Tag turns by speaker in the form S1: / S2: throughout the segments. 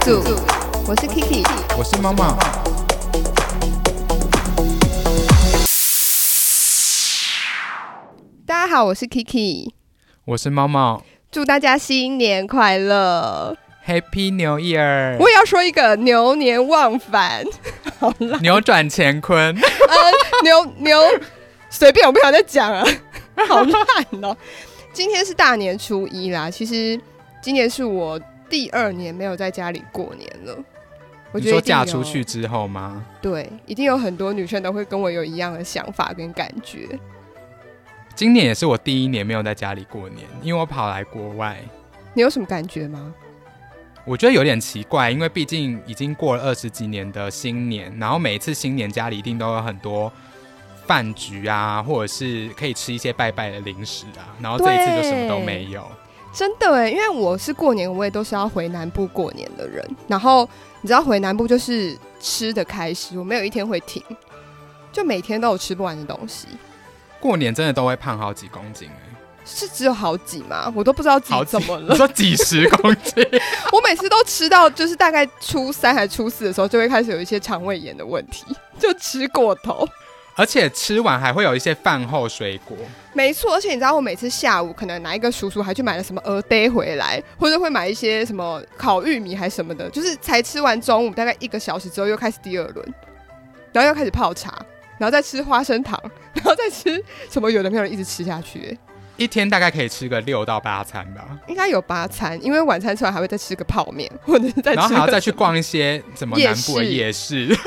S1: 住，我是 Kiki，
S2: 我是猫猫。
S1: 大家好，我是 Kiki，
S2: 我是猫猫
S1: 祝大家新年快乐！
S2: ，Happy New Year，
S1: 我也要说一个牛年忘返， 好啦，
S2: 扭转乾坤。
S1: 呃，牛牛随便，我不想再讲 了，好烂哦、今天是大年初一啦，其实今年是我第二年没有在家里过年了。 我
S2: 你
S1: 觉得
S2: 说
S1: 一定
S2: 嫁
S1: 有
S2: 出去之后吗？
S1: 对，一定有很多女生都会跟我有一样的想法跟感觉。
S2: 今年也是我第一年没有在家里过年，因为我跑来国外。
S1: 你有什么感觉吗？
S2: 我觉得有点奇怪，因为毕竟已经过了二十几年的新年，然后每一次新年家里一定都有很多饭局啊，或者是可以吃一些拜拜的零食啊，然后这一次就什么都没有。
S1: 真的哎，因为我是过年，我也都是要回南部过年的人。然后你知道回南部就是吃的开始，我没有一天会停，就每天都有吃不完的东西。
S2: 过年真的都会胖好几公斤、欸，
S1: 是只有好几吗？我都不知道自己
S2: 好几
S1: 怎么
S2: 你
S1: 了。
S2: 说几十公斤？
S1: 我每次都吃到就是大概初三还初四的时候，就会开始有一些肠胃炎的问题，就吃过头。
S2: 而且吃完还会有一些饭后水果，
S1: 没错，而且你知道，我每次下午可能哪一个叔叔还去买了什么鹅呆回来，或者会买一些什么烤玉米还什么的，就是才吃完中午大概一个小时之后，又开始第二轮，然后又开始泡茶，然后再吃花生糖，然后再吃什么有的没有的一直吃下去、 欸
S2: 一天大概可以吃个六到八餐吧，
S1: 应该有八餐，因为晚餐吃完还会再吃个泡面，或者是再吃，
S2: 然后还要再去。逛一些什么
S1: 夜
S2: 南部的
S1: 市
S2: 夜市。
S1: 没错，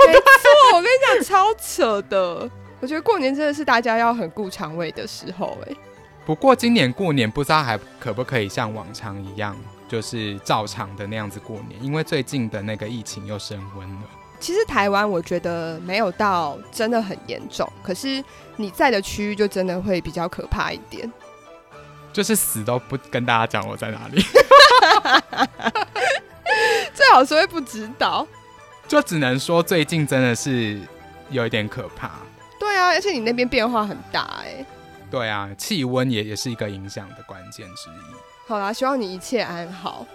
S1: 我跟你讲， 超扯的。我觉得过年真的是大家要很顾肠胃的时候、欸，哎，
S2: 不过今年过年不知道还可不可以像往常一样，就是照常的那样子过年，因为最近的那个疫情又升温了。
S1: 其实台湾我觉得没有到真的很严重，可是你在的区域就真的会比较可怕一点。
S2: 就是死都不跟大家讲我在哪里，
S1: 最好是会啊不知道。
S2: 就只能说最近真的是有一点可怕。
S1: 对啊，而且你那边变化很大哎、
S2: 对啊，气温也也是一个影响的关键之一。
S1: 好啦，希望你一切安好。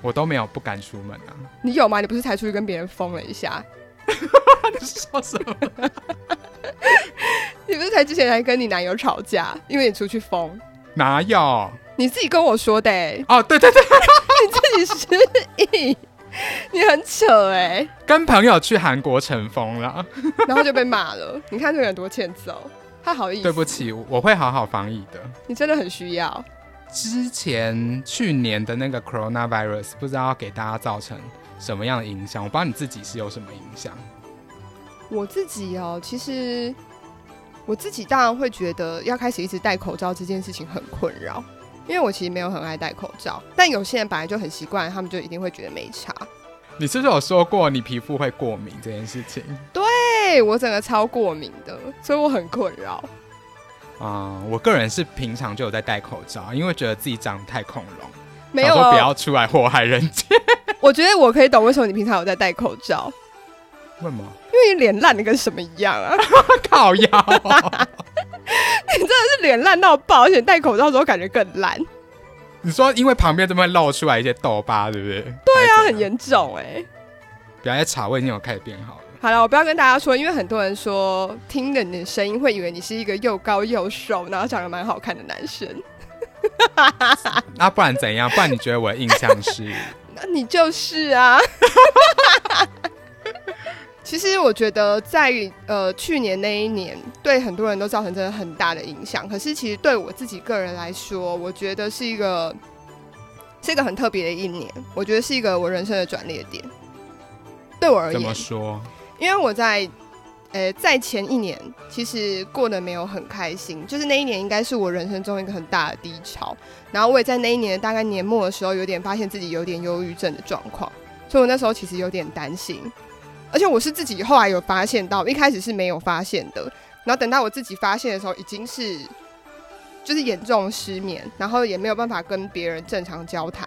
S2: 我都没有不敢出门啊，
S1: 你有吗？你不是才出去跟别人疯了一下？
S2: 说什么？
S1: 你不是才之前还跟你男友吵架，因为你出去疯？
S2: 哪有？哦，
S1: 你自己跟我说的、欸，
S2: 对对对，
S1: 你自己失忆，你很扯哎、
S2: 跟朋友去韩国乘风了。
S1: 然后就被骂了。你看这个人多欠揍，他好意思？
S2: 对不，起，我会好好防疫的。
S1: 你真的很需要。
S2: 之前去年的那个 coronavirus 不知道给大家造成什么样的影响，我不知道你自己是有什么影响。
S1: 我自己哦，其实我自己当然会觉得要开始一直戴口罩这件事情很困扰，因为我其实没有很爱戴口罩，但有些人本来就很习惯，他们就一定会觉得没差。
S2: 你是不是有说过你皮肤会过敏这件事情
S1: 对哎我整个超过敏的，所以我很困扰。
S2: 啊、我个人是平常就有在戴口罩，因为觉得自己长得太恐龙，
S1: 没有
S2: 想说不
S1: 啊，
S2: 要出来祸害人间。
S1: 我觉得我可以懂为什么你平常有在戴口罩，
S2: 为什么？
S1: 因为你脸烂的跟什么一样啊，
S2: 靠腰、
S1: 是脸烂到爆，而且戴口罩之后感觉更烂，
S2: 你说因为旁边这边露出来一些痘疤，对不对？
S1: 对啊，
S2: 还是怎样
S1: 很。严重哎、
S2: 不要再吵，我已经有开始变好了。
S1: 好了，我不要跟大家说，因为很多人说听了你的声音会以为你是一个又高又瘦，然后长得蛮好看的男生。
S2: 那、啊不然怎样？不然你觉得我的印象是？
S1: 那你就是啊。 其实我觉得在呃去年那一年，对很多人都造成真的很大的影响。可是其实对我自己个人来说，我觉得是一个是一个很特别的一年，我觉得是一个我人生的转捩点。对我而
S2: 怎么
S1: 言，
S2: 说？
S1: 因为我在，呃，在前一年其实过得没有很开心，就是那一年应该是我人生中一个很大的低潮。然后我也在那一年大概年末的时候，有点发现自己有点忧郁症的状况，所以我那时候其实有点担心。而且我是自己后来有发现到，一开始是没有发现的，然后等到我自己发现的时候，已经是就是严重失眠，然后也没有办法跟别人正常交谈，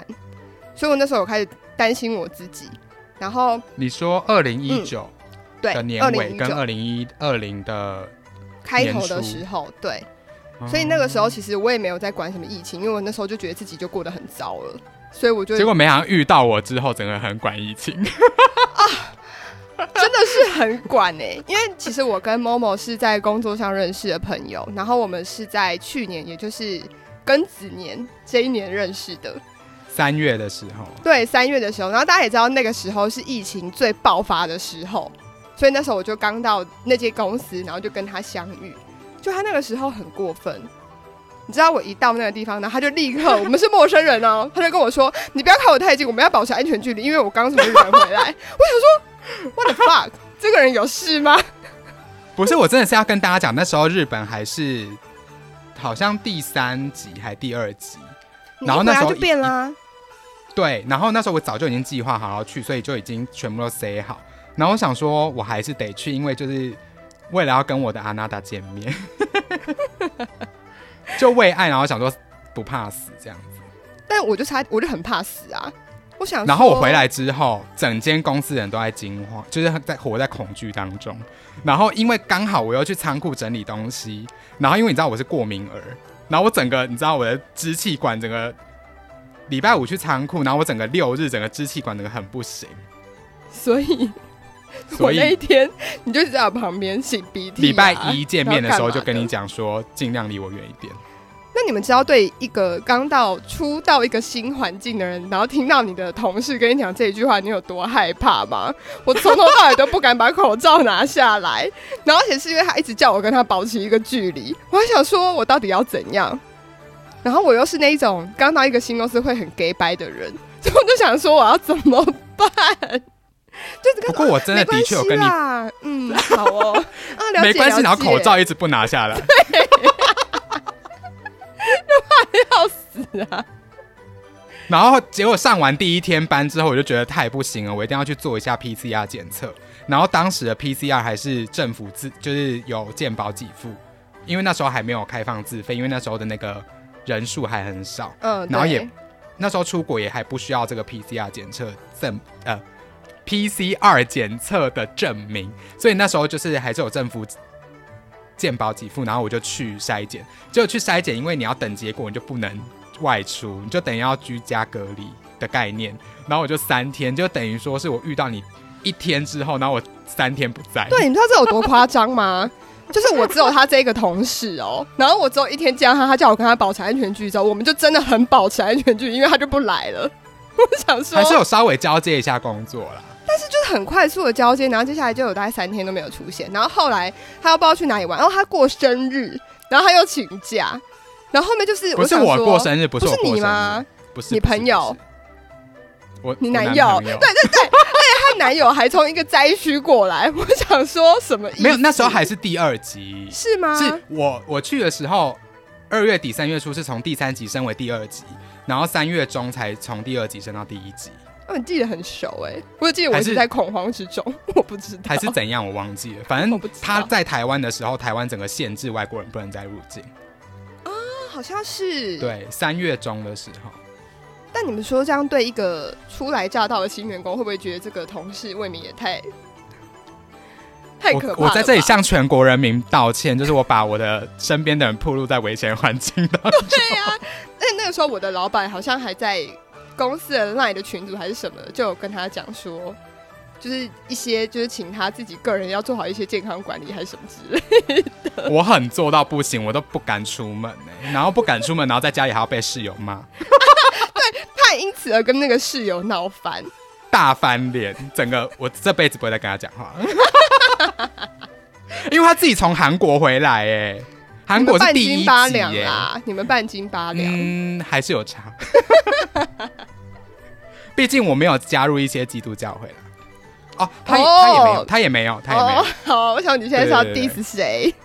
S1: 所以我那时候有开始担心我自己，然后
S2: 你说二零一九
S1: 嗯对，
S2: 的年
S1: 二
S2: 尾
S1: 零一
S2: 跟
S1: 九
S2: 二零一二零的，
S1: 开头
S2: 年
S1: 的
S2: 初哦
S1: 时候，对，所以那个时候其实我也没有在管什么疫情，因为我那时候就觉得自己就过得很糟了。所以我就
S2: 结果没想到遇到我之后，整个很管疫 情。
S1: 真的是很管哎、 因为其实我跟某某是在工作上认识的朋友，然后我们是在去年，也就是庚子年这一年认识的，
S2: 三月的时候，
S1: 对，三月的时候，然后大家也知道那个时候是疫情最爆发的时候，所以那时候我就刚到那间公司，然后就跟他相遇，就他那个时候很过分。你知道我一到那个地方，然后他就立刻，我们是陌生人哦，他就跟我说：“你不要靠我太近，我们要保持安全距离，因为我刚从日本回来。”我想说，what the fuck，这个人有事吗？
S2: 不是我真的是要跟大家讲，那时候日本还是好像第三集还第二集，然后那时候
S1: 你一回来就变啦，
S2: 对，然后那时候我早就已经计划好要去，所以就已经全部都塞好。然后我想说，我还是得去，因为就是为了要跟我的阿娜达见面， 就为爱，然后想说不怕死这样子。
S1: 但我就差，我就很怕死啊！我想，
S2: 然后我回，来之后，整间公司人都在惊慌，就是在活在恐惧当中。然后因为刚好我又去仓库整理东西，然后因为你知道我是过敏儿，然后我整个你知道我的支气管整个礼拜五去仓库，然后我整个六日整个支气管整个很不 行，
S1: 所以我
S2: 所
S1: 那一
S2: 以
S1: 天你就一直在我旁边擤鼻涕、啊
S2: 礼拜一见面的时候
S1: 然后干嘛的
S2: 就跟你讲说，尽量离我远一 点。
S1: 那你们知道，对一个刚到初到一个新环境的人，然后听到你的同事跟你讲这一句话，你有多害怕吗？ 我从头到尾都不敢把口罩拿下来，然后而且是因为他一直叫我跟他保持一个距离，我还想说我到底要怎样？然后我又是那一种刚到一个新公司会很 gay 掰的人，所以我就想说我要怎么办？就是
S2: 不
S1: 跟
S2: 过我真的
S1: 没
S2: 的
S1: 关
S2: 确
S1: 系啊
S2: 有跟你
S1: 啦，嗯，好哦，啊，了解
S2: 没关系，
S1: 了
S2: 然后口
S1: 解
S2: 罩一直不拿下来，
S1: 要死啊！
S2: 然后结果上完第一天班之后，我就觉得太不行了，我一定要去做一下 PCR 检测。然后当时的 PCR 还是政府自，就是有健保给付，因为那时候还没有开放自费，因为那时候的那个人数还很少，
S1: 嗯，
S2: 然后
S1: 对
S2: 也那时候出国也还不需要这个 PCR 检测证，呃，PCR 检测的证明，所以那时候就是还是有政府健保给付，然后我就去筛检，结果去筛检，因为你要等结果，你就不能外出，你就等于要居家隔离的概念，然后我就三天，就等于说是我遇到你一天之后，然后我三天不在，
S1: 对，你知道这有多夸张吗？ 就是我只有他这一个同事哦，然后我只有一天见到他，他叫我跟他保持安全距离之后，我们就真的很保持安全距离，因为他就不来了。 我想说，
S2: 还是有稍微交接一下工作啦。
S1: 就是很快速的交接，然后接下来就有大概三天都没有出现，然后后来他又不知道去哪里玩，然后他过生日，然后他又请假，然后后面就是
S2: 不是
S1: 想说
S2: 我过生日，不
S1: 不
S2: 是我过生
S1: 你
S2: 日，
S1: 吗？
S2: 不是
S1: 你
S2: 不是
S1: 朋
S2: 不
S1: 友
S2: 是我
S1: 你
S2: 我
S1: 男
S2: 男
S1: 友
S2: 朋
S1: 对对对，而且她男友还从一个灾区过来，我想说什么意思？
S2: 没有，那时候还是第二集，
S1: 是吗？
S2: 是我我去的时候，二月底三月初是从第三集升为第二集，然后三月中才从第二集升到第一集，
S1: 哦，你记得很熟哎、我记得我
S2: 还
S1: 是
S2: 是
S1: 在恐慌之中， 我不知道
S2: 还是怎样我忘记了，反
S1: 我
S2: 正
S1: 不知道
S2: 他在台湾的时候，台湾整个限制外国人不能再入境，
S1: 好像是。
S2: 对，三月中的时候。
S1: 但你们说这样对一个初来乍到的新员工，会不会觉得这个同事未免也太太可怕了
S2: 我我在这里
S1: 吧
S2: 向全国人民道歉，就是我把我的身边的人暴露在危险环境当中。
S1: 对呀、而且那个时候我的老板好像还在公司的 LINE 的群组还是什么的，就有跟他讲说。就是一些，就是请他自己个人要做好一些健康管理，还是什么之类 的。
S2: 我很做到不行，我都不敢出门、欸、然后不敢出门，然后在家里还要被室友骂，
S1: 他也因此而跟那个室友闹翻。
S2: 大翻脸，整个我这辈子不会再跟他讲话， 因为他自己从韩国回来、欸，韩国是第一
S1: 你们半斤
S2: 集、
S1: 八两
S2: 欸，
S1: 啦，你们半斤八两。
S2: 嗯，还是有差， 毕竟我没有加入一些基督教会啦。哦，他也、他也没有，
S1: 哦
S2: 他也没有，他也没有。
S1: 哦，好，我想你现在是要
S2: 对对对
S1: diss 谁？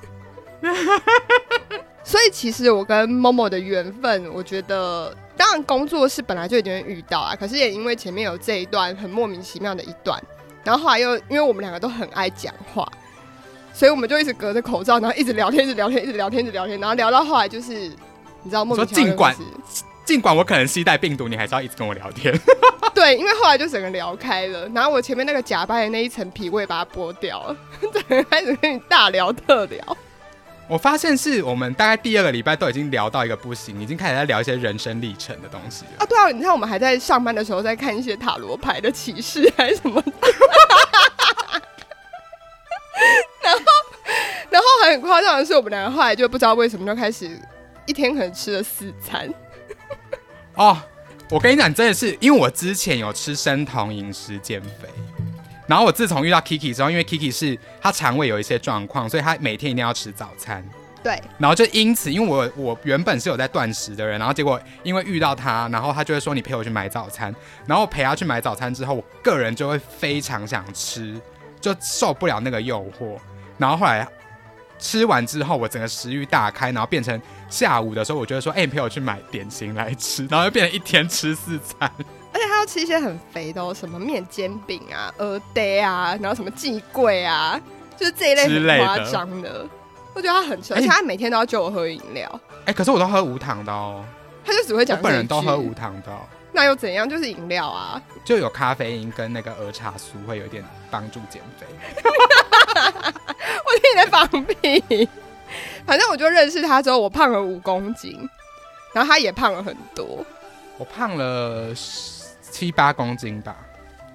S1: 所以其实我跟 Momo 的缘分，我觉得当然工作是本来就已经会遇到啊，可是也因为前面有这一段很莫名其妙的一段，然后后来又因为我们两个都很爱讲话，所以我们就一直隔着口罩，然后一直聊天，一直聊天，一直聊天，一直聊天，然后聊到后来就是你知道莫名
S2: 说
S1: 其妙
S2: 尽管
S1: 认识
S2: 尽管我可能携带病毒，你还是要一直跟我聊天。
S1: 对，因为后来就整个聊开了，然后我前面那个 假掰的那一层皮，我也把它剥掉了，整个开始跟你大聊特聊。
S2: 我发现是我们大概第二个礼拜都已经聊到一个不行，已经开始在聊一些人生历程的东西了。
S1: 啊，对啊，你看我们还在上班的时候在看一些塔罗牌的启示还是什么的，然后然后还很夸张的是，我们两个后来就不知道为什么就开始一天可能吃了四餐，
S2: 哦，我跟你讲，真的是因为我之前有吃生酮饮食减肥，然后我自从遇到 Kiki 之后，因为 Kiki 是她肠胃有一些状况，所以她每天一定要吃早餐。
S1: 对，
S2: 然后就因此，因为我我原本是有在断食的人，然后结果因为遇到他，然后他就会说你陪我去买早餐，然后我陪他去买早餐之后，我个人就会非常想吃，就受不了那个诱惑，然后后来吃完之后，我整个食欲大开，然后变成下午的时候，我就会说，哎、你陪我去买点心来吃，然后就变成一天吃四餐，
S1: 而且还要吃一些很肥的、哦，什么面煎饼啊、鹅呆啊，然后什么鸡贵啊，就是这一类
S2: 之
S1: 很
S2: 类的
S1: 夸张的。我觉得他很扯，
S2: 哎
S1: 而且他每天都要叫我喝饮料，
S2: 哎、可是我都喝无糖的哦，
S1: 他就只会
S2: 我
S1: 讲。
S2: 本人都喝无，糖的、哦，
S1: 那又怎样？就是饮料啊。
S2: 就有咖啡因跟那个儿茶素会有一点帮助减肥。
S1: 我听你在放屁。反正我就认识他之后，我胖了五公斤，然后他也胖了很多，
S2: 我胖了七八公斤吧。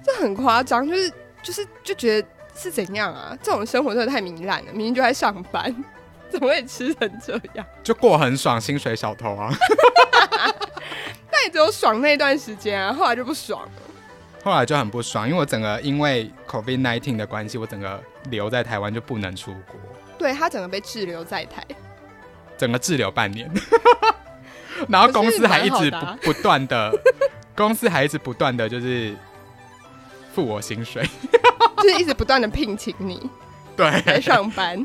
S1: 这很夸张，就是就是就觉得是怎样啊？这种生活真的太糜烂了，明明就在上班，怎么会吃成这样？
S2: 就过很爽，薪水小偷啊！
S1: 但也只有爽那段时间啊，后来就不爽了。
S2: 后来就很不爽，因为我整个因为 COVID 1 9的关系，我整个留在台湾就不能出国，
S1: 对他整个被滞留在台，
S2: 整个滞留半年。 然后公司还一直
S1: 可是蛮好的啊
S2: 不不断的， 公司还一直不断的就是付我薪水。
S1: 就是一直不断的聘请你在
S2: 对，
S1: 上班。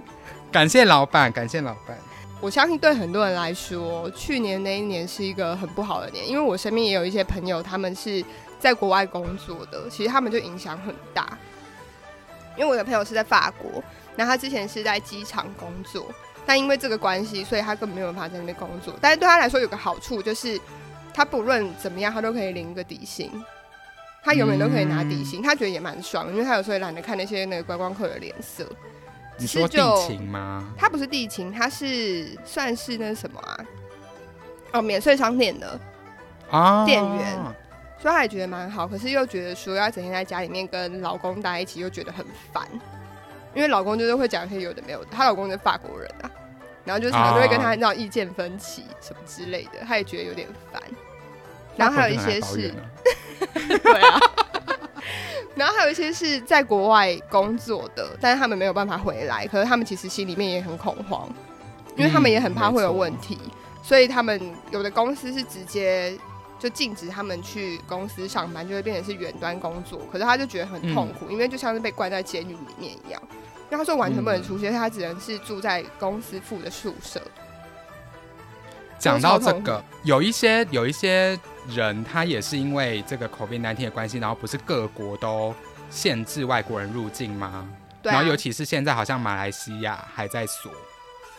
S2: 感谢老板，感谢老板。
S1: 我相信对很多人来说，去年那一年是一个很不好的年，因为我身边也有一些朋友，他们是在国外工作的，其实他们就影响很大。因为我的朋友是在法国，那他之前是在机场工作，但因为这个关系，所以他根本没有办法在那边工作。但是对他来说有个好处就是，他不论怎么样，他都可以领一个底薪，他永远都可以拿底
S2: 嗯
S1: 薪，他觉得也蛮爽，因为他有时候也懒得看那些那个观光客的脸色。
S2: 你说
S1: 其实就
S2: 定情吗？
S1: 它不是地勤，它是算是那什么啊？哦，免税商店的，
S2: 啊，
S1: 店员所以他也觉得蛮好，可是又觉得说要整天在家里面跟老公待一起，又觉得很烦，因为老公就是会讲一些有的没有的，她老公是法国人啊，然后就常常都会跟他
S2: 啊
S1: 那种意见分歧什么之类的，他也觉得有点烦。然
S2: 那
S1: 后
S2: 我
S1: 还有
S2: 就
S1: 一
S2: 拿来
S1: 些
S2: 抱
S1: 是
S2: 怨，了
S1: 对啊。 然后还有一些是在国外工作的，但是他们没有办法回来，可是他们其实心里面也很恐慌，因为他们也很怕会有问题，所以他们有的公司是直接就禁止他们去公司上班，就会变成是远端工作，可是他就觉得很痛
S2: 嗯
S1: 苦，因为就像是被关在监狱里面一样。因为他说完全不能出去，他只能是住在公司附的宿舍。
S2: 讲到这个，有一些有一些人，他也是因为这个 COVID 1 9的关系，然后不是各国都限制外国人入境吗？
S1: 对、啊，
S2: 然后尤其是现在，好像马来西亚还在锁，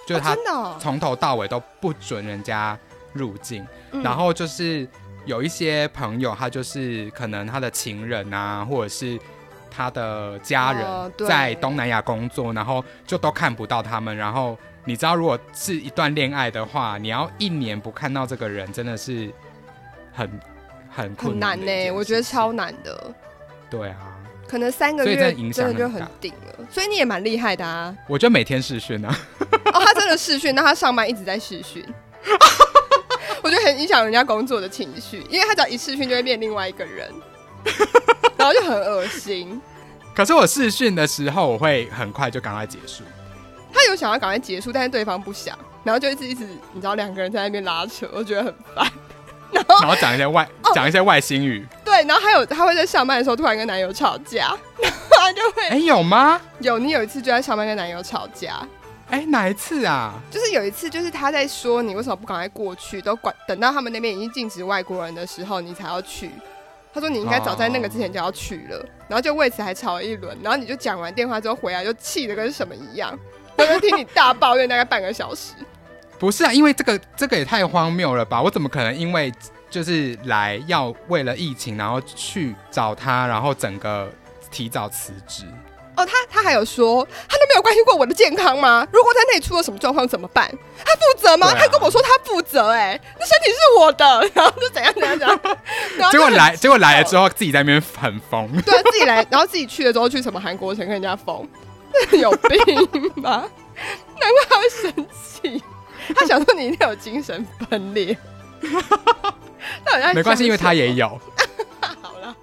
S2: 就是
S1: 哦
S2: 他
S1: 真的哦、
S2: 从头到尾都不准人家入境。
S1: 嗯
S2: 然后就是有一些朋友，他就是可能他的情人啊，或者是他的家
S1: 哦
S2: 人
S1: 对
S2: 在东南亚工作，然后就都看不到他们。然后你知道，如果是一段恋爱的话，你要一年不看到这个人，真的是很很
S1: 很
S2: 困
S1: 难
S2: 呢、
S1: 呢、我觉得超难的。
S2: 对啊。
S1: 可能三个
S2: 所
S1: 月
S2: 以真的影响
S1: 真的就
S2: 很
S1: 很
S2: 大
S1: 顶了，所以你也蛮厉害的啊！
S2: 我就每天视讯啊，
S1: 哦，他真的试训，那他上班一直在试训， 我觉得很影响人家工作的情绪，因为他只要一试训就会变另外一个人， 然后就很恶心。
S2: 可是我视讯的时候，我会很快就赶快结束。
S1: 哦他有想要赶快结束，但是对方不想，然后就一直一直，你知道两个人在那边拉扯，我觉得很烦。 然后
S2: 然后讲一些外
S1: 哦
S2: 讲、一些外星语。
S1: 对，然后还有他会在上班的时候突然跟男友吵架，然后他就会
S2: 哎、有吗？
S1: 有你有一次就在上班跟男友吵架，
S2: 哎、哪一次啊？
S1: 就是有一次，就是他在说你为什么不赶快过去，都管等到他们那边已经禁止外国人的时候，你才要去。他说你应该早在那个之前就要去了，然后就为此还吵了一轮，然后你就讲完电话之后回来就气得跟什么 一样，我就听你大抱怨大概半个小时。
S2: 不是啊，因为这个这个也太荒谬了吧！我怎么可能因为就是来要为了疫情，然后去找他，然后整个提早辞职？
S1: 哦，他他还有说，他都没有关心过我的健康吗？如果在那里出了什么状况怎么办？他负责吗？
S2: 对啊
S1: 他跟我说他负责、哎，那身体是我的，然后就怎样怎样怎 样，然后
S2: 结
S1: 就
S2: 果
S1: 哦很
S2: 来，结果来了之后，自己在那边很疯。
S1: 对啊，自己来，然后自己去了之后去什么韩国城跟人家疯，有病吧？难怪他会生气，他想说你一定有精神分裂。到底在
S2: 没关系，
S1: 想
S2: 因为他
S1: 什么
S2: 也有。
S1: 好了，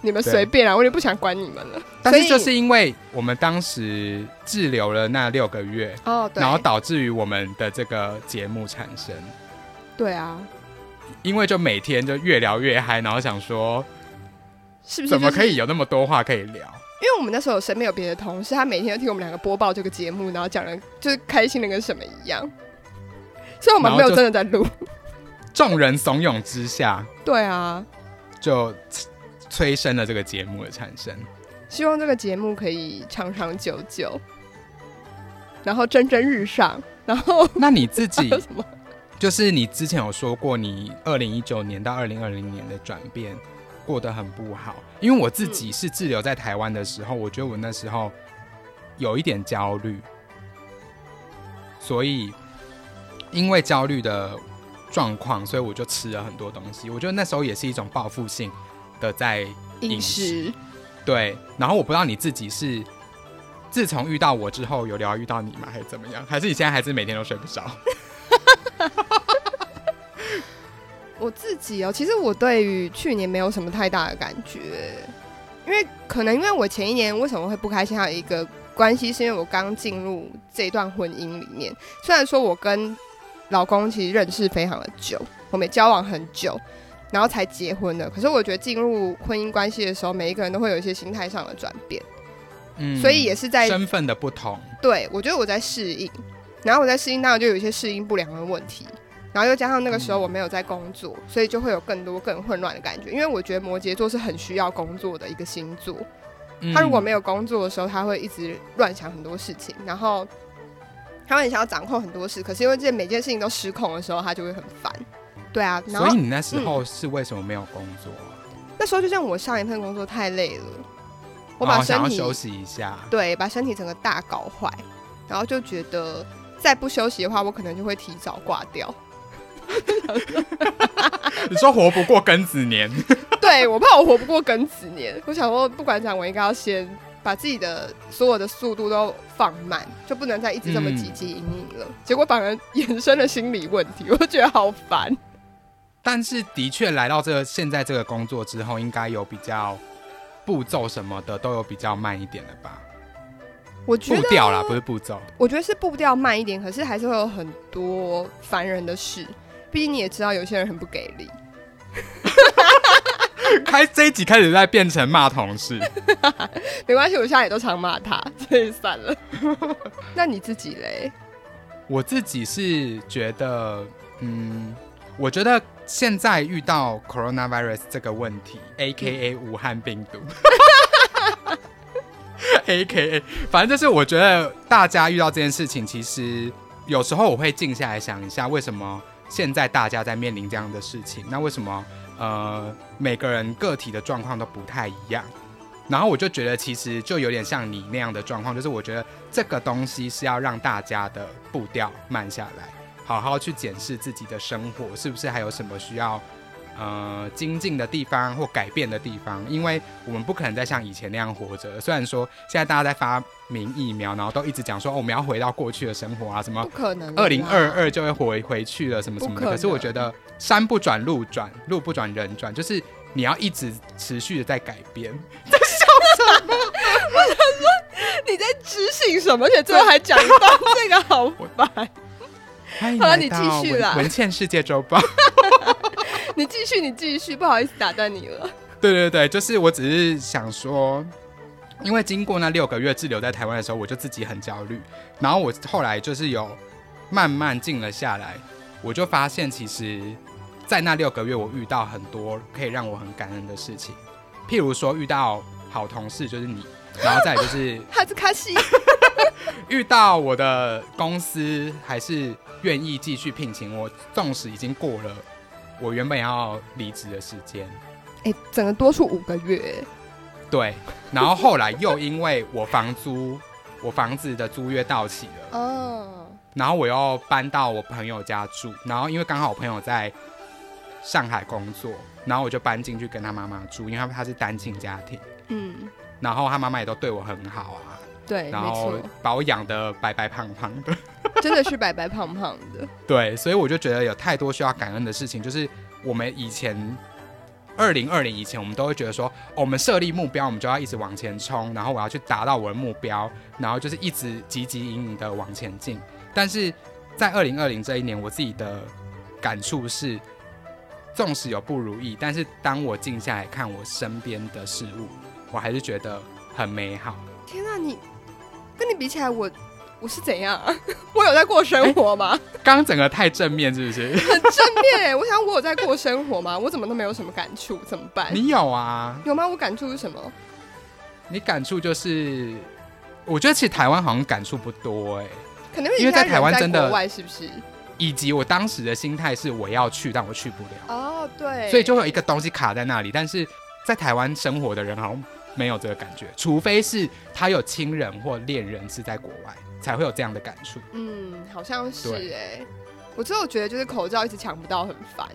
S1: 你们随便啦，我也不想管你们了。
S2: 但是
S1: 所
S2: 就
S1: 以
S2: 是因为我们当时滞留了那六个月，
S1: 哦，对，
S2: 然后导致于我们的这个节目产生，
S1: 对啊，
S2: 因为就每天就越聊越嗨，然后想说
S1: 是不是、
S2: 怎么可
S1: 嗯就是
S2: 以有那么多话可以聊？
S1: 因为我们那时候有身边有别的同事，他每天都听我们两个播报这个节目，然后讲的就是开心的跟什么一样。所以我们没有
S2: 然后就
S1: 真的在录。
S2: 众人怂恿之下，
S1: 对啊，
S2: 就催催生了这个节目的产生。
S1: 希望这个节目可以长长久久，然后蒸蒸日上，然后
S2: 那你自己
S1: 什么？
S2: 就是你之前有说过，你二零一九年到二零二零年的转变过得很不好，因为我自己是滞留在台湾的时候，我觉得我那时候有一点焦虑，所以因为焦虑的状况，所以我就吃了很多东西。我觉得那时候也是一种报复性的在
S1: 饮
S2: 饮
S1: 食
S2: 食对，然后我不知道你自己是自从遇到我之后有疗愈到你吗，还是怎么样？还是你现在还是每天都睡不着？
S1: 我自己哦，其实我对于去年没有什么太大的感觉，因为可能因为我前一年为什么会不开心，还有一个关系是因为我刚进入这段婚姻里面，虽然说我跟老公其实认识非常的久，我们也交往很久。然后才结婚的，可是我觉得进入婚姻关系的时候，每一个人都会有一些心态上的转变，
S2: 嗯
S1: 所以也是在
S2: 身份的不同，
S1: 对，我觉得我在适应，然后我在适应，当然就有一些适应不良的问题，然后又加上那个时候
S2: 嗯
S1: 我没有在工作，所以就会有更多更混乱的感觉。因为我觉得摩羯座是很需要工作的一个星座，他如果没
S2: 有，
S1: 有工作的时候，他会一直乱想很多事情，然后他会很想要掌控很多事，可是因为这每件事情都失控的时候，他就会很烦。对啊，然
S2: 所
S1: 后
S2: 以你那时候是为什么没有工作啊？
S1: 那时候就像我上一份工作太累了，嗯我把
S2: 哦
S1: 身
S2: 想要
S1: 体
S2: 休息一下，
S1: 对，把身体整个大搞坏，然后就觉得再不休息的话，我可能就会提早挂掉。
S2: 你说活不过庚子年，
S1: 对我怕我活不过庚子年，我想说不管怎样，我应该要先把自己的所有的速度都放慢，就不能再一直这么
S2: 嗯
S1: 汲汲营营了。结果反而 衍生了心理问题，我就觉得好烦。
S2: 但是的确来到这个现在这个工作之后，应该有比较步骤什么的都有比较慢一点了吧？
S1: 我觉
S2: 步
S1: 得
S2: 调啦，不是步骤，
S1: 我觉得是步调慢一点，可是还是会有很多烦人的事。毕竟你也知道，有些人很不给力。
S2: 开这一集开始在变成骂同事，
S1: 没关系，我现在也都常骂他，所以算了。 那你自己嘞？
S2: 我自己是觉得，嗯，我觉得现在遇到 coronavirus 这个问题，A K A 武汉病毒。A K A，反正就是我觉得大家遇到这件事情，其实有时候我会静下来想一下，为什么现在大家在面临这样的事情？那为什么呃每个人个体的状况都不太一样？然后我就觉得，其实就有点像你那样的状况，就是我觉得这个东西是要让大家的步调慢下来，好好去检视自己的生活是不是还有什么需要呃精进的地方或改变的地方，因为我们不可能再像以前那样活着。虽然说现在大家在发明疫苗，然后都一直讲说、哦我们要回到过去的生活啊，什么
S1: 不可能啦。
S2: 二零二二就会回回去了，什么什么
S1: 嗯不可
S2: 的。
S1: 能
S2: 可是我觉得山不转路转，路不转人转，就是你要一直持续的在改 变。
S1: 你在执行什么？而且最后还讲一段这个好烦。
S2: 欢迎
S1: 好
S2: 来
S1: 了你
S2: 到
S1: 继续
S2: 文
S1: 啦
S2: 文倩世界周报。
S1: 你继续，你继续，不好意思打断你了。
S2: 对对对，就是我只是想说，因为经过那六个月滞留在台湾的时候，我就自己很焦虑，然后我后来就是有慢慢静了下来，我就发现其实，在那六个月我遇到很多可以让我很感恩的事情，譬如说遇到好同事就是你，然后再来就是
S1: 哈兹卡 西，
S2: 遇到我的公司还是愿意继续聘请我，纵使已经过了我原本要离职的时间。
S1: 哎、整个多出五个月，
S2: 对，然后后来又因为我房租，我房子的租约到期了，
S1: 哦，
S2: 然后我又搬到我朋友家住，然后因为刚好我朋友在上海工作，然后我就搬进去跟他妈妈住，因为他他是单亲家庭，
S1: 嗯，
S2: 然后他妈妈也都对我很好啊，
S1: 对，
S2: 然
S1: 没
S2: 后
S1: 错，
S2: 把我养的白白胖胖的，
S1: 真的是白白胖胖的，
S2: 对，所以我就觉得有太多需要感恩的事情，就是我们以前。二零二零以前，我们都会觉得说，哦我们设立目标，我们就要一直往前冲，然后我要去达到我的目标，然后就是一直积极营营的往前进。但是在二零二零这一年，我自己的感触是，纵使有不如意，但是当我静下来看我身边的事物，我还是觉得很美好。
S1: 天哪、你跟你比起来我，我是怎样、 啊？我有在过生活吗？
S2: 刚刚整个太正面，是不是？
S1: 很正面哎、我想我有在过生活吗？我怎么都没有什么感触，怎么办？
S2: 你有啊？
S1: 有吗？我感触是什么？
S2: 你感触就是，我觉得其实台湾好像感触不多哎、
S1: 可能
S2: 因为
S1: 在
S2: 在台湾真的
S1: 国外是不是？
S2: 以及我当时的心态是我要去，但我去不了，
S1: 哦，对，
S2: 所以就会有一个东西卡在那里。但是在台湾生活的人好像没有这个感觉，除非是他有亲人或恋人是在国外，才会有这样的感触。
S1: 嗯，好像是
S2: 对
S1: 哎、我之后觉得就是口罩一直抢不到，很烦。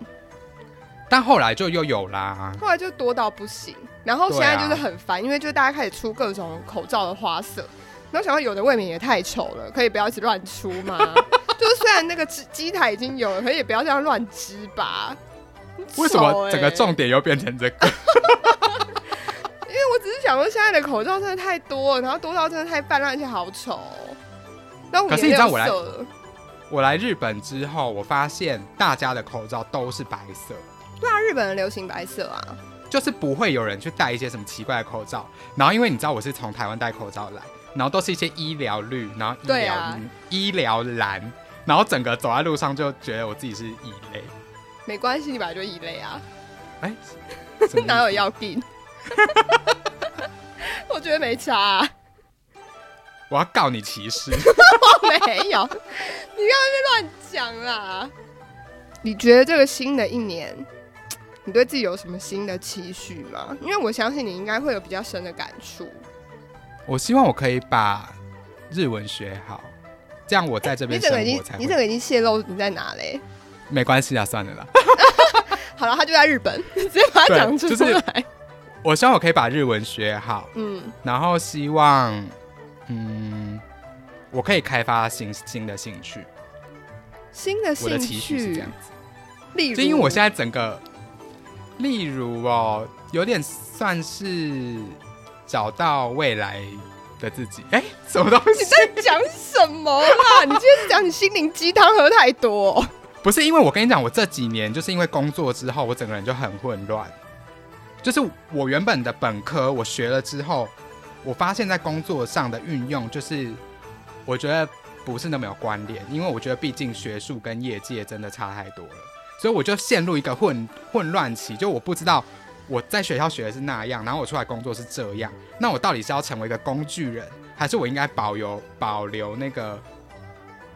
S2: 但后来就又有啦，
S1: 后来就多到不行，然后现在
S2: 啊
S1: 就是很烦，因为就是大家开始出各种口罩的花色，然后想到有的未免也太丑了，可以不要一直乱出 吗？就是虽然那个机机台已经有了，可也不要这样乱织吧。很丑
S2: 为什么整个
S1: 欸
S2: 重点又变成这个？
S1: 我只是想说，现在的口罩真的太多了，然后多到真的太泛滥，而且好丑哦。然后我
S2: 可是
S1: 也
S2: 你知道
S1: 没有
S2: 我来
S1: 色了
S2: 我来日本之后，我发现大家的口罩都是白色。
S1: 对啊，日本人流行白色啊，
S2: 就是不会有人去戴一些什么奇怪的口罩。然后因为你知道我是从台湾戴口罩来，然后都是一些医疗绿，然后医
S1: 对
S2: 疗、
S1: 啊
S2: 医疗蓝，然后整个走在路上就觉得我自己是异类。
S1: 没关系，你本来就异类啊，
S2: 哎、什
S1: 这
S2: 么
S1: 哪有要定？ 我觉得没差、 啊，
S2: 我要告你歧视。
S1: 我哦没有，你刚刚在那边乱讲啊啦。你觉得这个新的一年，你对自己有什么新的期许吗？因为我相信你应该会有比较深的感触。
S2: 我希望我可以把日文学好，这样我在这
S1: 你
S2: 边
S1: 整
S2: 生
S1: 个已经
S2: 活，才
S1: 你整
S2: 会。
S1: 个已经泄露你在哪嘞？
S2: 没关系啊，算了啦。
S1: 好了，他就在日本， 直接把它
S2: 对
S1: 讲出
S2: 就
S1: 来。
S2: 是我希望我可以把日文学好，
S1: 嗯，
S2: 然后希望，嗯，我可以开发新新的兴趣。
S1: 新的
S2: 我的
S1: 兴
S2: 期许是这
S1: 趣
S2: 样，子。
S1: 例如，
S2: 就因为我现在整个，例如哦，有点算是找到未来的自己。哎、什么东
S1: 你
S2: 西？
S1: 在讲什么啦？你 今天是讲你心灵鸡汤喝太多哦、
S2: 不是因为我跟你讲，我这几年就是因为工作之后，我整个人就很混乱。就是我原本的本科，我学了之后，我发现在工作上的运用，就是我觉得不是那么有关联，因为我觉得毕竟学术跟业界真的差太多了，所以我就陷入一个混混乱期，就我不知道我在学校学的是那样，然后我出来工作是这样，那我到底是要成为一个工具人，还是我应该保有保留那个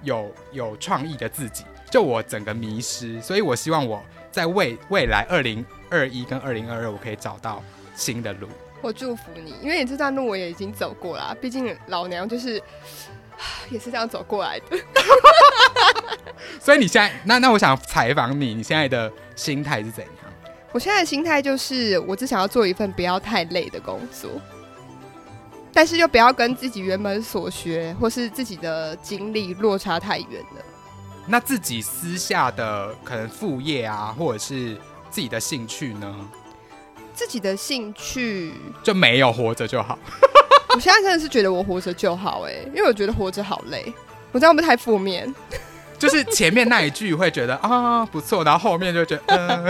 S2: 有有创意的自己？就我整个迷失，所以我希望我在未未来二零二一跟二零二二，我可以找到新的路。
S1: 我祝福你，因为你这段路我也已经走过啦。毕竟老娘就是 唉也是这样走过来的。
S2: 所以你现在，那那我想采访你，你现在的心态是怎样？
S1: 我现在的心态就是，我只想要做一份不要太累的工作，但是又不要跟自己原本所学或是自己的经历落差太远了。
S2: 那自己私下的可能副业啊，或者是自己的兴趣呢，
S1: 自己的兴趣，
S2: 就没有活着就好。
S1: 我现在真的是觉得我活着就好哎、因为我觉得活着好累。我这样会不会太负面？
S2: 就是前面那一句会觉得 啊不错，然后后面就觉得嗯、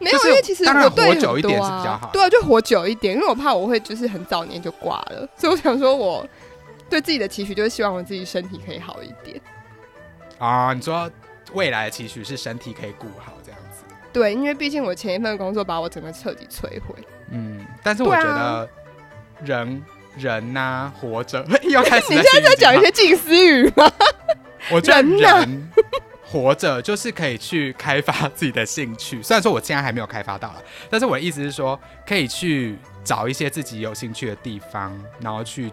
S1: 没有，
S2: 就是
S1: 因为其实
S2: 当然
S1: 我对
S2: 活久一点
S1: 很多啊
S2: 是比较好
S1: 对啊，就活久一点，因为我怕我会就是很早年就挂了，所以我想说我对自己的期许就是希望我自己身体可以好一点。
S2: 啊，你说未来的期许是身体可以顾好这样子。
S1: 对，因为毕竟我前一份工作把我整个彻底摧毁。
S2: 嗯，但是我
S1: 对
S2: 觉
S1: 啊
S2: 得人、人呐、 活着 又开始
S1: 你
S2: 在
S1: 现在在
S2: 心里
S1: 讲一
S2: 话
S1: 些近思语吗？
S2: 我觉得
S1: 人
S2: 人
S1: 呐
S2: 活着就是可以去开发自己的兴趣。虽然说我现在还没有开发到了，但是我的意思是说，可以去找一些自己有兴趣的地方，然后去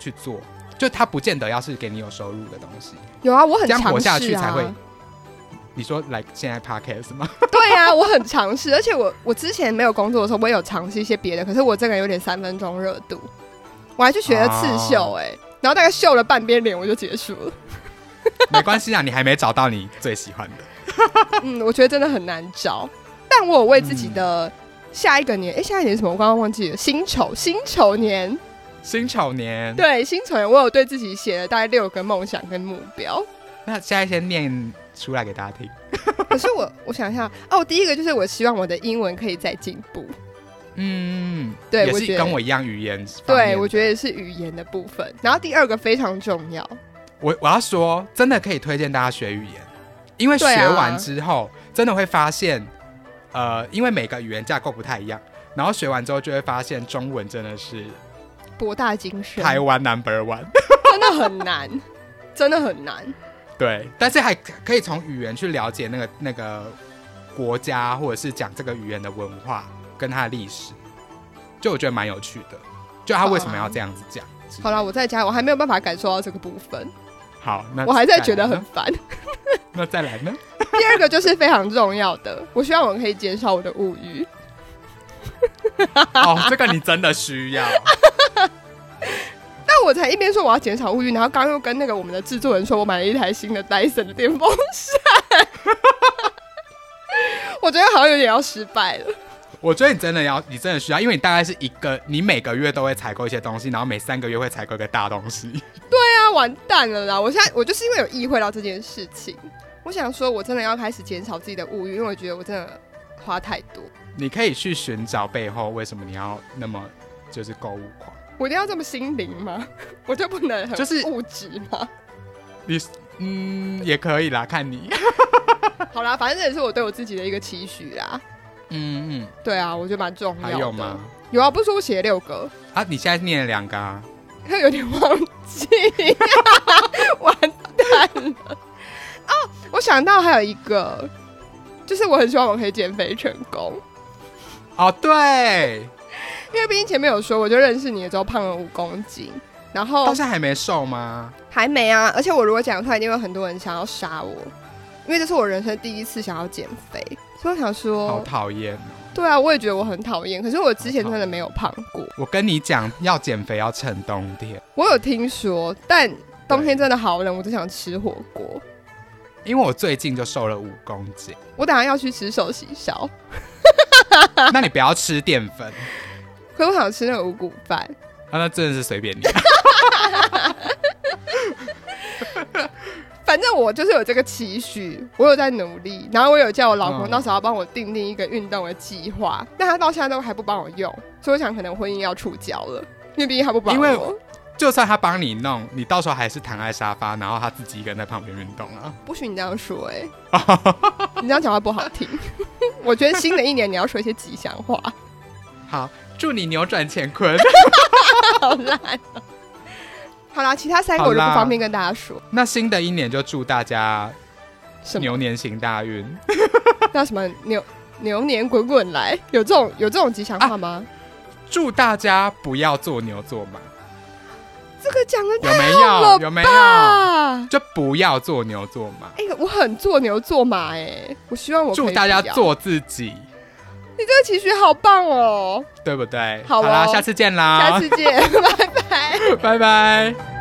S2: 去做。就它不见得要是给你有收入的东西，
S1: 有啊，我
S2: 这
S1: 很
S2: 样
S1: 尝
S2: 活
S1: 试啊。
S2: 下去才会。你说来现在 podcast 吗？
S1: 对啊，我很尝试，而且我我之前没有工作的时候，我也有尝试一些别的，可是我这个人有点三分钟热度，我还去学了刺绣
S2: 啊
S1: 哎、然后大概绣了半边脸我就结束了。
S2: 没关系啊，你还没找到你最喜欢的。
S1: 嗯，我觉得真的很难找，但我有为自己
S2: 嗯
S1: 的下一个年，哎、下一年是什么？我刚刚忘记了，辛丑辛丑年，
S2: 嗯辛丑年，
S1: 对辛丑年，我有对自己写了大概六个梦想跟目 标。
S2: 那现在先念出来给大家听。
S1: 可是我我想一下，哦，第一个就是我希望我的英文可以再进步，
S2: 嗯，
S1: 对
S2: 也
S1: 我
S2: 是
S1: 觉得
S2: 跟我一样语言方面的。
S1: 对我觉得也是语言的部分。然后第二个非常重要，
S2: 我我要说，真的可以推荐大家学语言，因为学
S1: 对啊
S2: 完之后、真的会发现，呃，因为每个语言架构不太一样，然后学完之后就会发现中文真的是
S1: 博大精深，
S2: 台湾 number one。
S1: 真的很难， 真的很难。
S2: 对，但是还可以从语言去了解那个那个国家，或者是讲这个语言的文化跟它的历史，就我觉得蛮有趣的。就他为什么要这样子讲？
S1: 好啦，我在家我还没有办法感受到这个部分，
S2: 好，那
S1: 我还在
S2: 再
S1: 觉得
S2: 来呢
S1: 很烦。
S2: 那再来呢？
S1: 第二个就是非常重要的，我希望我可以减少我的物欲，
S2: 哦，这个你真的需 要。
S1: 但我才一边说我要减少物欲，然后刚又跟那个我们的制作人说我买了一台新的 Dyson 的电风扇，我觉得好像有点要失败了。
S2: 我觉得你真的要，你真的需要，因为你大概是一个，你每个月都会采购一些东西，然后每三个月会采购一个大东西。
S1: 对啊，完蛋了啦！我现在我就是因为有意会到这件事情，我想说我真的要开始减少自己的物欲，因为我觉得我真的花太多。
S2: 你可以去寻找背后为什么你要那么就是购物狂。
S1: 我一定要这么心灵吗？我就不能很
S2: 就是
S1: 物质吗？
S2: 你嗯，也可以啦，看你。
S1: 好啦，反正这也是我对我自己的一个期许啦。
S2: 嗯嗯，
S1: 对啊，我觉得蛮重要的。
S2: 还有吗？？
S1: 有啊，不是说我写了六个，
S2: 啊，你现在念了两个啊。
S1: 有点忘记， 完蛋了。哦，我想到还有一个，就是我很希望我可以减肥成功，
S2: 哦，对，
S1: 因为毕竟前面有说，我就认识你的时候胖了五公斤，然
S2: 到
S1: 后
S2: 现在还没瘦吗？
S1: 还没啊，而且我如果讲出来，一定会有很多人想要杀我，因为这是我人生第一次想要减肥，所以我想说，
S2: 好讨厌哦。
S1: 对啊，我也觉得我很讨厌，可是我之前真的没有胖过。
S2: 我跟你讲，要减肥要趁冬天，
S1: 我有听说，但冬天真的好冷，我只想吃火锅。
S2: 因为我最近就瘦了五公斤。
S1: 我等下要去吃寿喜烧，
S2: 那你不要吃淀粉，
S1: 可是我想吃那个五谷饭。
S2: 啊，那真的是随便你。
S1: 反正我就是有这个期许，我有在努力，然后我有叫我老公
S2: 嗯
S1: 到时候要帮我订定一个运动的计划，但他到现在都还不帮我用，所以我想可能婚姻要触礁了，因为毕竟他不帮
S2: 因为
S1: 我，
S2: 就算他帮你弄，你到时候还是躺在沙发，然后他自己一个人在旁边运动啊。
S1: 不许你这样说 哎、你这样讲话不好听。 我觉得新的一年你要说一些吉祥 话。
S2: 好，祝你扭转乾坤。
S1: 好烂、好啦，其他三个我就
S2: 哦好
S1: 不
S2: 啦
S1: 方便跟大家说
S2: 那新的一年就祝大家
S1: 什么，
S2: 牛年行大运。
S1: 那什么牛牛年滚滚来，有这种有这种吉祥
S2: 啊
S1: 话吗？
S2: 祝大家不要做牛做马，
S1: 这个讲的
S2: 有没
S1: 好了
S2: 有？有没有？
S1: 大。
S2: 就不要做牛做马，
S1: 哎、我很做牛做马哎、我希望我可以
S2: 祝大家
S1: 不要。
S2: 做自己，
S1: 你这个期许好棒哦！
S2: 对不对？
S1: 好哦
S2: 啦，下次见啦，
S1: 下次见，拜拜。
S2: 拜拜。